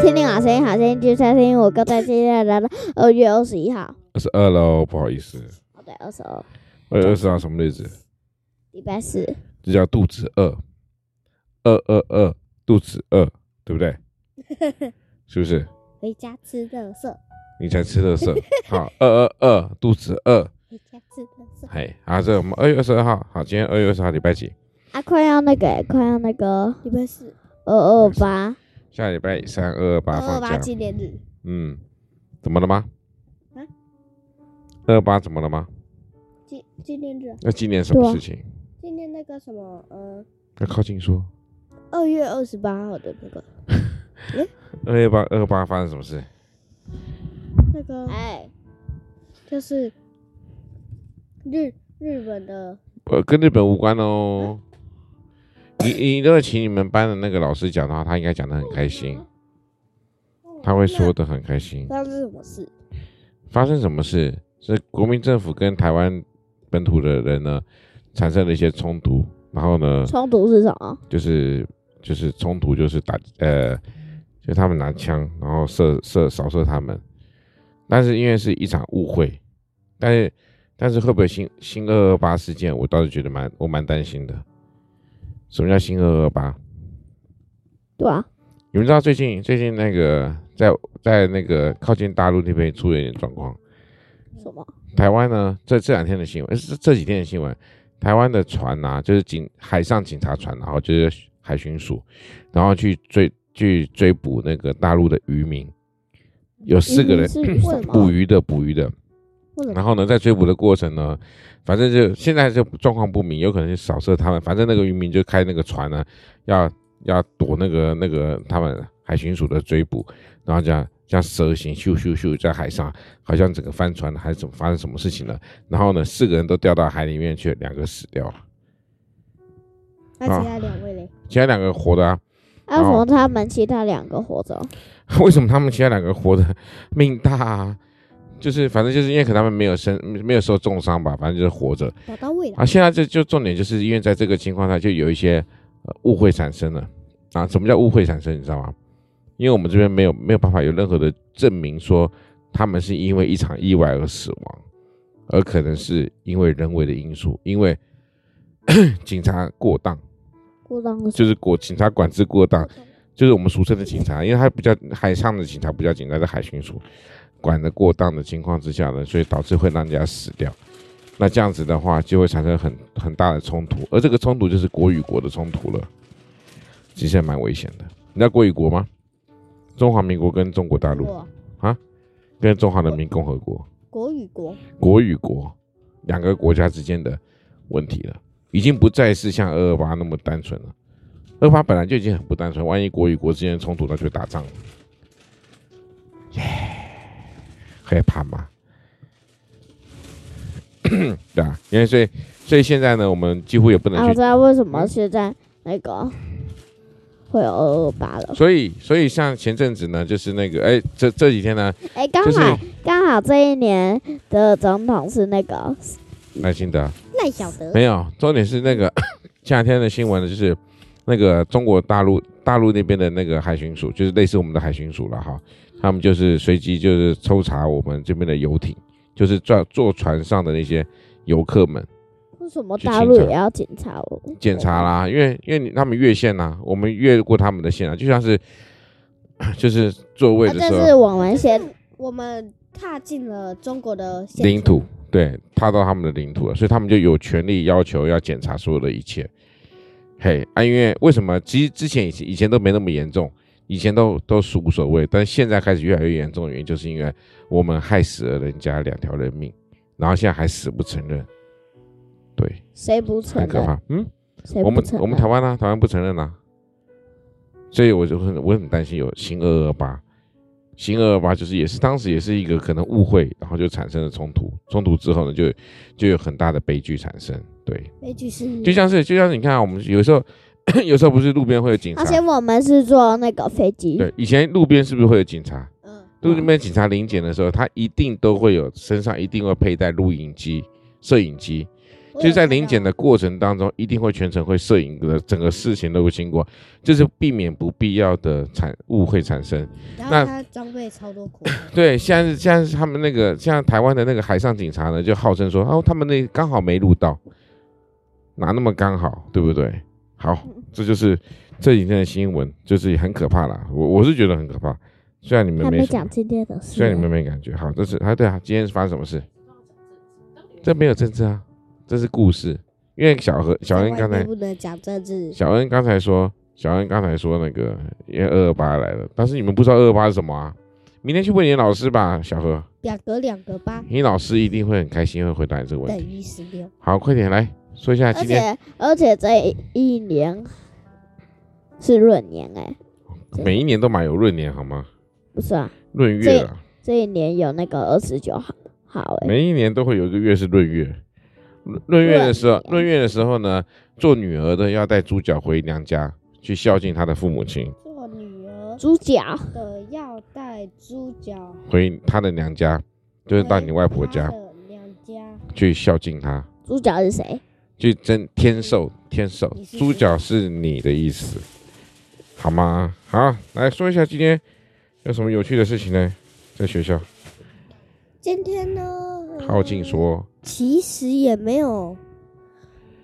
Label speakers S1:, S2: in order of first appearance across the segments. S1: 听听好声音，好声音就像声音。我刚才现在来到二月二十一号，
S2: 二十二喽，不好意思，
S1: 哦对，二十二，
S2: 二月二十号什么日子？
S1: 礼拜四。
S2: 这叫肚子饿，饿饿饿，肚子饿，对不对？是不是？
S1: 回家吃乐色，
S2: 你才吃乐色，好，饿饿饿，肚子饿，
S1: 回家吃乐色。
S2: 嘿，好，这我们二月二十二号，好，今天二月二十号礼拜几？
S1: 啊，快要那个，快要那个
S3: 礼拜四，
S1: 二二八，
S2: 下礼拜三二二八
S3: 二
S2: 放
S3: 二八
S2: 假，
S3: 纪念日，
S2: 嗯，怎么了吗
S3: 啊？
S2: 二二八怎么了吗？
S3: 纪纪念日啊，
S2: 那今年什么
S1: 对啊
S2: 事情？
S3: 纪念那个什么，呃，
S2: 要靠近说。
S3: 二月二十八号的那个
S2: 二月八二八发生什么事？
S3: 那个，
S1: 哎，
S3: 就是日日本的，
S2: 呃，跟日本无关哦。你你如果请你们班的那个老师讲的话，他应该讲的很开心，他会说的很开心。
S3: 发生什么事？
S2: 发生什么事？是国民政府跟台湾本土的人呢产生了一些冲突，然后呢，
S1: 冲突是什么？
S2: 就是就是冲突，就是打呃，就他们拿枪，然后射射扫射他们，但是因为是一场误会，但是但是会不会新新二二八事件，我倒是觉得蛮我蛮担心的。什么叫新二二八？
S1: 对啊，
S2: 你们知道最近最近那个在在那个靠近大陆那边出了一点状况，
S3: 嗯
S1: 什么？
S2: 台湾呢，这这两天的新闻，呃这这几天的新闻，台湾的船呐，就是警海上警察船，然后就是海巡署，然后去追去追捕那个大陆的渔民，有四个人
S1: 是为什
S2: 捕
S1: 么？
S2: 鱼的捕鱼的
S1: 为什，么
S2: 然后呢，在追捕的过程呢，反正就现在就状况不明，有可能是扫射他们，反正那个渔民就开那个船呢，要要躲那个那个他们海巡署的追捕，然后这样这样蛇形咻咻咻在海上，好像整个帆船还是怎么发生什么事情了，然后呢，四个人都掉到海里面去，两个死掉了，
S3: 那其
S2: 啊
S3: 他两位嘞？
S2: 其他两个活的啊，
S1: 啊，为什么他们其他两个活着？
S2: 为什么他们其他两个活的 命大啊？就是反正就是因为可能他们没有身没有受重伤吧，反正就是活着。
S3: 找到位了
S2: 啊，，现在这就重点就是因为在这个情况下就有一些呃误会产生了啊。什么叫误会产生？你知道吗？因为我们这边没有没有办法有任何的证明说他们是因为一场意外而死亡，而可能是因为人为的因素，因为 警察过当，
S1: 故障的
S2: 就是过警察管制过当，就是我们俗称的警察，因为他不叫海上的警察，不叫警察，在海巡署管的过当的情况之下呢，所以导致会让人家死掉。那这样子的话，就会产生很很大的冲突，而这个冲突就是国与国的冲突了，其实还蛮危险的。你知道国与国吗？中华民国跟中国大陆，
S3: 国
S2: 跟中华人民共和国，
S3: 国与国，
S2: 国与国两个国家之间的问题了，已经不再是像二二八那么单纯了。二八本来就已经很不单纯，万一国与国之间的冲突，那就打仗了。耶，害怕吗？ 对啊，因为所以所以现在呢，我们几乎也不能
S1: 啊，
S2: 去嗯
S1: 我知道为什么现在那个会有二二八了。
S2: 所以，所以像前阵子呢，就是那个，哎、这这几天呢，
S1: 哎，刚
S2: 就是
S1: 好刚好这一年的总统是那个
S2: 耐心的啊
S3: 赖小德
S2: 没有，重点是那个 前两天的新闻呢，就是那个中国大陆大陆那边的那个海巡署，就是类似我们的海巡署了哈，他们就是随机就是抽查我们这边的游艇，就是坐坐船上的那些游客们
S1: 为什么
S2: 去
S1: 大
S2: 清
S1: 陆
S2: 查
S1: 也要检查我？
S2: 检查啦，
S1: 哦
S2: 因为因为你他们越线呐、啊我们越过他们的线啊，就像是 就是座位
S1: 啊，
S2: 的
S1: 这
S2: 时候。
S1: 是我们先
S3: 我们踏进了中国的现
S2: 领土，对，踏到他们的领土了，所以他们就有权利要求要检查所有的一切。嘿，啊，因为为什么？其实之前以前以前都没那么严重，以前都都是无所谓，但现在开始越来越严重的原因，就是因为我们害死了人家两条人命，然后现在还死不承认，对，
S1: 谁不承
S2: 很可
S1: 认？
S2: 怕。嗯，
S1: 谁
S2: 我
S1: 哎不
S2: 们
S1: 承
S2: 我们
S1: 认
S2: 台湾呢、台湾不承认啊，所以我就很我很担心有新二二八，新二二八就是也是当时也是一个可能误会，然后就产生了冲突，冲突之后呢，就就有很大的悲剧产生。对，
S3: 悲剧是
S2: 就像是就像是你看啊、我们有时候 有时候不是路边会有警察
S1: 而，且我们是坐那个飞机，
S2: 对，以前路边是不是会有警察？
S3: 嗯，
S2: 路边警察临检的时候，他一定都会有身上一定会佩戴录影机、摄影机，
S3: 嗯我有
S2: 就是在
S3: 看
S2: 临检
S3: 到
S2: 的过程当中，一定会全程会摄影的整个事情都会经过，就是避免不必要的产误会产生。
S3: 然
S2: 那
S3: 后他装备超多苦的，
S2: 对，现在现在是他们那个，像台湾的那个海上警察呢，就号称说，哦，他们那刚好没录到，哪那么刚好，对不对？好，
S3: 嗯
S2: 这就是这几天的新闻，就是很可怕啦。我我是觉得很可怕，虽然你们
S1: 还
S2: 没
S1: 没
S2: 什么
S1: 讲今天的事。
S2: 虽然你们没感觉。好，这是啊，对啊，今天发生什么事？这没有政治啊，这是故事。因为小何、 小
S3: 在
S2: 恩
S3: 外
S2: 刚
S3: 面
S2: 才
S3: 不能讲政治，
S2: 小恩刚才说，小恩刚才说那个因为二二八来了，但是你们不知道二二八是什么啊？明天去问你的老师吧，小何，
S3: 表格两个八
S2: 你老师一定会很开心，会回答你这个问
S3: 等
S2: 题。
S3: 于十六，
S2: 好，快点来说一下
S1: 而
S2: 今天
S1: 且而且这一年是闰年哎、且
S2: 每一年都蛮有闰年好吗？
S1: 不是啊，
S2: 闰月啊，
S1: 这一年有那个二十九号号哎、
S2: 每一年都会有一个月是闰月。闰月的时候，闰
S1: 闰
S2: 月的时候呢，做女儿的要带猪脚回娘家去孝敬她的父母亲，
S3: 做女儿
S1: 猪脚
S3: 的要带猪脚
S2: 回她的娘家，就是到你外婆家
S3: 回她的娘家，
S2: 去孝敬她，
S1: 猪脚是谁？
S2: 去争天寿。天寿
S3: 你，是
S2: 猪脚是你的意思，好吗？好，来说一下今天有什么有趣的事情呢？在学校，
S3: 今天呢，呃
S2: 靠近说。
S3: 其实也没有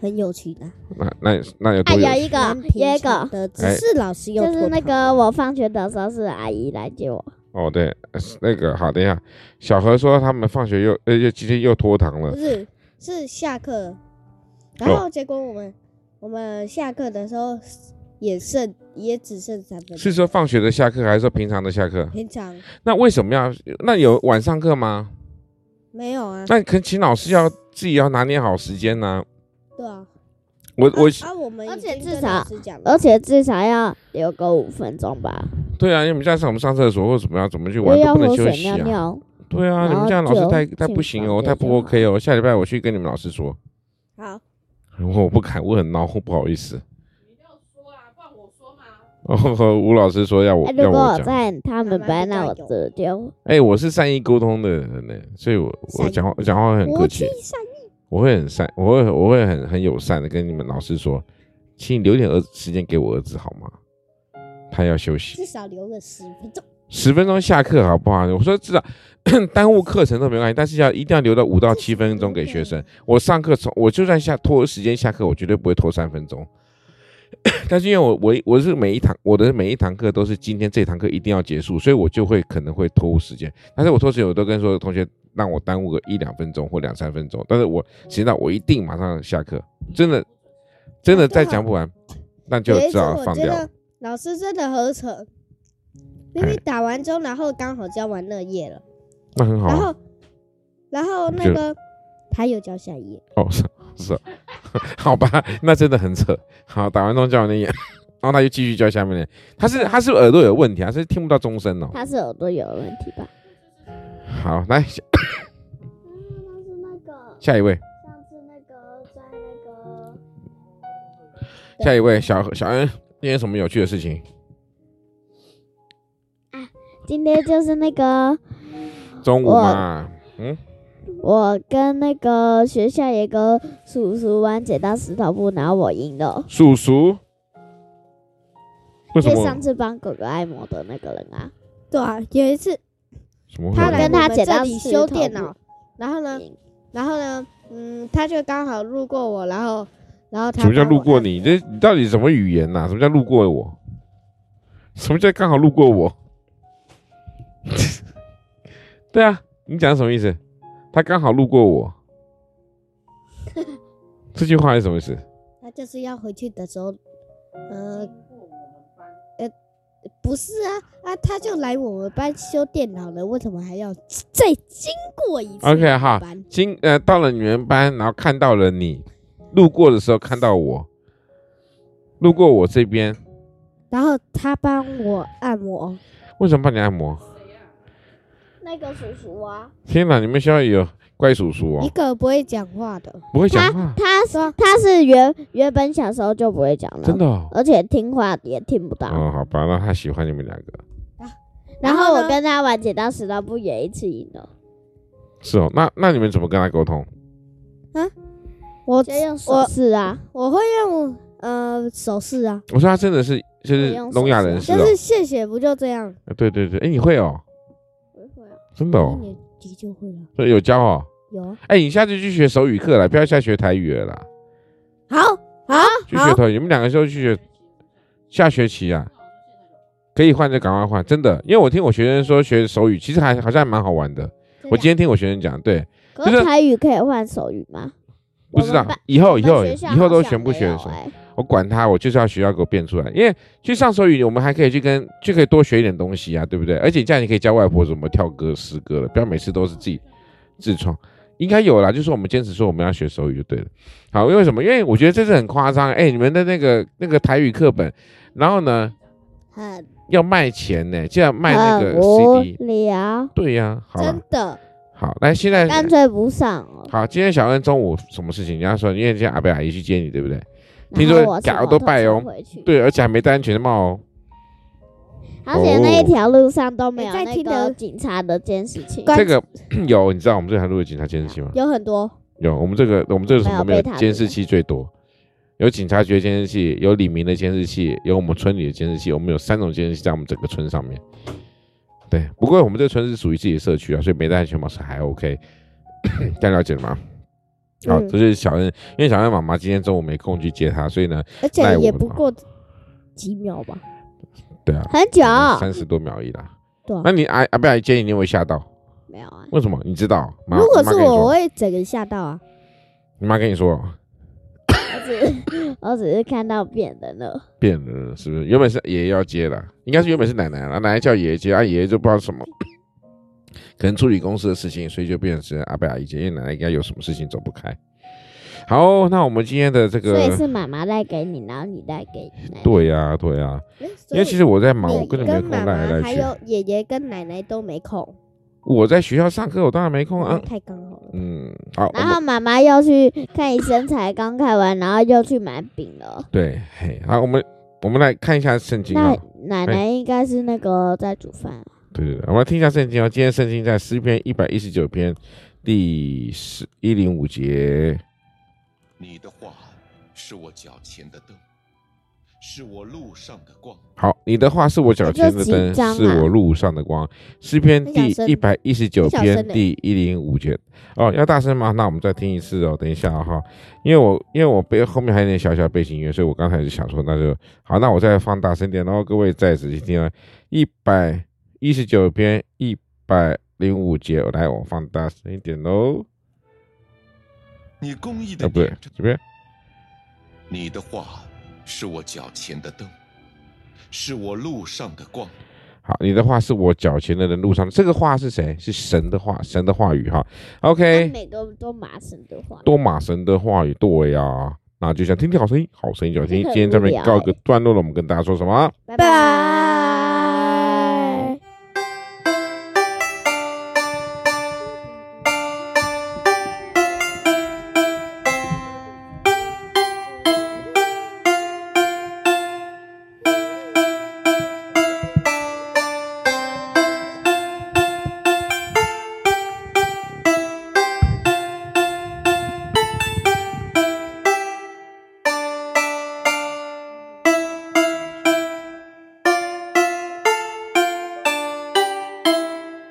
S3: 很有趣的，
S2: 那那那有
S1: 啊，
S2: 多有
S1: 有
S2: 趣？
S1: 一个
S3: 蛮
S1: 有一
S3: 平常
S1: 个，
S3: 的，只
S2: 哎
S3: 是老师有
S1: 就是
S3: 吐
S1: 那
S3: 槽
S1: 个我放学的时候是阿姨来接我，
S2: 哦，对，呃那个好，等一下，小何说他们放学又呃又今天又拖堂
S3: 不
S2: 了，
S3: 是，是下课了。然
S2: 哦
S3: 后结果我们、我们下课的时候也剩也只剩三
S1: 嗯
S3: 分钟。
S2: 是说放学的下课还是说平常的下课？
S3: 平常
S2: 那为什么要？那有晚上课吗？
S3: 没有啊？
S2: 那可请老师要自己要拿捏好时间呢、
S3: 对啊，
S2: 我我
S3: 啊啊我们已
S1: 而且
S3: 经
S1: 至
S3: 跟
S1: 少
S3: 老师讲了，
S1: 而且至少要留个五分钟吧，
S2: 对啊，你们这样上我们上厕所或怎么样，怎么去
S1: 又
S2: 玩都
S1: 要
S2: 不能
S1: 喝
S2: 休
S1: 水
S2: 息
S1: 尿
S2: 啊。
S1: 尿，
S2: 对啊，
S1: 然后
S2: 你们这样老师
S1: 就
S2: 太太
S1: 进
S2: 不行
S1: 房
S2: 哦，
S1: 间
S2: 太不
S1: 就好
S2: OK 哦。下礼拜我去跟你们老师说，
S3: 好，
S2: 我不敢，我很恼火，不好意思。哦，吴老师说要我、
S1: 哎，
S2: 要
S1: 如果
S2: 我
S1: 我
S2: 讲，
S1: 在他们班，
S3: 妈
S1: 那
S3: 妈
S1: 我
S3: 知道有
S1: 直接
S2: 哎、我是善意沟通的人呢，所以我我
S3: 善意
S2: 讲话我讲话会很客
S3: 我
S2: 气
S3: 去，上
S2: 我会很善，我会我会很很友善的跟你们老师说，请你留点儿时间给我儿子好吗？他要休息
S3: 至少留个十分钟，
S2: 十分钟下课好不好？我说至少 耽误课程都没关系，但是要一定要留到五到七分钟给学生。我上课从我就算下拖时间下课，我绝对不会拖三分钟。 但是因为我我我是每一堂我的每一堂课都是今天这堂课一定要结束，所以我就会可能会拖时间。但是我拖时间我都跟所有同学让我耽误个一两分钟或两三分钟，但是我知道我一定马上下课，真的真的再讲不完，那就
S3: 有一
S2: 只
S3: 次
S2: 好
S3: 我
S2: 放
S3: 觉
S2: 掉。
S3: 得老师真的很扯，明
S2: 哎
S3: 明打完钟，然后刚好交完那页了，
S2: 那很好、
S3: 然
S2: 啊。
S3: 后然后那
S2: 就
S3: 个他又交下一页，
S2: 哦，是是 哦，好吧，那真的很扯。好，打完钟叫完那眼，然后他就继续叫下面的。他是他是不是耳朵有问题啊，他是听不到钟声哦。
S1: 他是耳朵有问题吧？
S2: 好，来下
S1: 他是那个
S2: 下一位，
S1: 上次那个在那个
S2: 下一位，小小恩，今天有什么有趣的事情？
S1: 今天就是那个
S2: 中午嘛，
S1: 我跟那个学校有一个叔叔玩剪刀石头布，然后我赢了。
S2: 叔叔，为什
S1: 就
S2: 么
S1: 上次帮狗狗按摩的那个人啊，
S3: 对啊，有一次
S2: 什么会
S3: 他
S2: 有
S3: 来
S1: 跟他
S3: 我们
S1: 剪
S3: 这
S1: 刀
S3: 里
S1: 石
S3: 修
S1: 头
S3: 电
S1: 布
S3: 脑，然后呢
S1: 赢，
S3: 然后呢，嗯，他就刚好路过我，然后，然后他
S2: 什么叫
S3: 帮我
S2: 路过
S3: 按？
S2: 你？这你到底什么语言呐、什么叫路过我？什么叫刚好路过我？ 对啊，你讲什么意思？他刚好路过 我，这句话是什么意思？
S3: 他就是要回去的时候，呃，呃，不是啊啊，他就来我们班修电脑了，为什么还要再经过一次
S2: OK，
S3: 我们
S2: 好
S3: 班
S2: 今呃到了你们班，然后看到了你，路过的时候看到我，路过我这边，
S3: 然后他帮我按摩，
S2: 为什么帮你按摩？
S1: 那个叔叔啊，
S2: 天哪，你们学校也有怪叔叔
S3: 一
S2: 哦，
S3: 个不会讲话的，
S2: 不会讲话，
S1: 他是他是原原本小时候就不会讲了，
S2: 真的哦。
S1: 而且听话也听不到。
S2: 哦，好吧，那他喜欢你们两个。
S1: 然
S3: 然后
S1: 后我
S3: 呢
S1: 跟他玩剪刀石头布也一次赢了，
S2: 是哦，那那你们怎么跟他沟通？
S3: 我
S1: 就用手势啊，
S3: 我会用呃手势啊，
S2: 我说他真的是就是
S1: 我用手
S2: 聋哑人士
S3: 就
S2: 哦
S3: 是，谢谢不就这样？
S2: 对对对，哎，你会哦，
S3: 啊
S2: 真的哦
S1: 嗯
S3: 一，年级就会了。
S2: 所以有教哦。
S3: 有啊
S2: 哎，你下次去学手语课了，不要下学台语了啦，
S3: 好啊，
S2: 去学台语。你们两个就去学下学期啊，可以换就赶快换，真的，因为我听我学生说学手语其实还好像还蛮好玩的。
S1: 啊
S2: 我今天听我学生讲，对，
S1: 可
S2: 就是
S1: 是台语可以换手语吗？
S2: 不知
S1: 我
S2: 道
S1: 们班
S2: 以后以
S1: 我
S2: 后
S1: 们学
S2: 以
S1: 校
S2: 后都
S1: 好像
S2: 全部
S1: 没
S2: 学
S1: 有
S2: 手语。
S1: 哎
S2: 我管他，我就是要学校给我变出来。因为去上手语，我们还可以去跟就可以多学一点东西啊，对不对？而且这样你可以教外婆怎么跳歌、诗歌了，不要每次都是自己自创。应该有啦，就是我们坚持说我们要学手语就对了。好，因为什么？因为我觉得这是很夸张。哎，你们的那个那个台语课本，然后呢
S3: 很
S2: 要卖钱呢，竟然卖那
S1: 很
S2: 个
S1: 无
S2: CD。
S1: 聊，
S2: 对呀、好了
S3: 真，的
S2: 好，来现在
S1: 干脆不上哦了。
S2: 好，今天小恩中午什么事情？你要说，因为今天阿贝阿姨去接你，对不对？听
S1: 然后
S2: 说
S1: 我
S2: 假
S1: 从
S2: 如都
S1: 头
S2: 拜
S1: 冲
S2: 哦
S1: 回去，
S2: 对，而且还没戴安全帽哦。
S1: 而且那
S2: 哦
S1: 一条路上都没有
S3: 哦在
S1: 那
S3: 听的
S1: 个警察的监视器，
S3: 关
S2: 这个 有，你知道我们这条路的警察监视器吗？
S3: 有很多，
S2: 有，我们这个我们这个什么
S1: 没
S2: 没
S1: 有
S2: 有
S1: 被他
S2: 监视器最多，有警察局的监视器，有李明的监视器，有我们村里的监视器，我们有三种监视器在我们整个村上面。对，不过我们这个村是属于自己的社区啊，所以没戴安全帽是还 OK，大家了解了吗？好，
S3: 嗯
S2: 这就是小恩，因为小恩妈妈今天中午没空去接她，所以呢，
S3: 而且
S2: 赖我啊
S3: 也
S2: 们
S3: 不
S2: 吧
S3: 过几秒吧。
S2: 对啊，
S1: 很久
S2: 三十多秒一啦。
S3: 对啊
S2: 那你阿阿贝阿建议你会吓到，
S1: 没有啊。
S2: 为什么？你知道？妈
S3: 如果
S2: 你妈
S3: 是
S2: 跟你说
S3: 我，我会整个吓到啊。
S2: 你妈跟你说
S1: 我只我只是 看到扁人了，
S2: 变了，是不是？原本是爷爷要接的，应该是原本是奶奶了，奶奶叫爷爷接，啊，爷爷就不知道什么，可能处理公司的事情，所以就变成是阿贝阿姨接，因为奶奶应该有什么事情走不开。好，那我们今天的这
S1: 所以
S2: 个，
S1: 是妈妈带给你，然后你带给你奶奶。
S2: 对呀、对呀、
S3: 诶
S2: 因
S3: 所
S2: 为
S3: 以
S2: 其实我在忙，
S3: 你
S2: 我根本没
S3: 跟
S2: 空
S3: 妈
S2: 带来
S3: 妈
S2: 带
S3: 还
S2: 去。
S3: 有爷爷跟奶奶都没空，
S2: 我在学校上课，我当然没空啊。
S3: 太刚好了。
S2: 嗯，好，我
S1: 然
S3: 啊
S2: 们
S1: 后妈妈又去看医生，才刚看完，然后又去买饼了。
S2: 对，嘿，好，我们我们来看一下圣经啊、
S1: 那奶奶应该是那个在煮饭，啊
S2: 对对对，我们来听一下圣经哦。今天圣经在诗篇一百一十九篇第十一零五节。
S4: 你的话是我脚前的灯，是我路上的光。
S2: 好，你的话是我脚前的
S1: 这
S2: 灯，
S1: 几章啊
S2: 是我路上的光。诗篇第
S3: 很小声
S2: 一百一十九
S3: 很小
S2: 篇
S3: 声欸
S2: 第一零五节。哦，要大声吗？那我们再听一次哦。等一下哈、因为我因为我背后面还有点小小背景音乐，所以我刚才就想说，那就好，那我再放大声点，然后各位再仔细听啊。一百一十九篇一百零五节，来，我放大声一点喽。
S4: 你公义
S2: 啊，
S4: 的
S2: 不对
S4: 典章，
S2: 这边
S4: 你的话是我脚前的灯，是我路上的光。
S2: 好，你的话是我脚前的人路上，这个话是谁？是神的话，神的话语哈。OK，
S1: 她每个都麻绳的话，
S2: 多马神的话语，对啊呀、那就想听听好声音，好声音就好听。
S1: 这个
S2: 今天这
S1: 无
S2: 边
S1: 聊
S2: 告一
S1: 欸
S2: 个段落了，我们跟大家说什么？
S1: 拜
S3: 拜拜。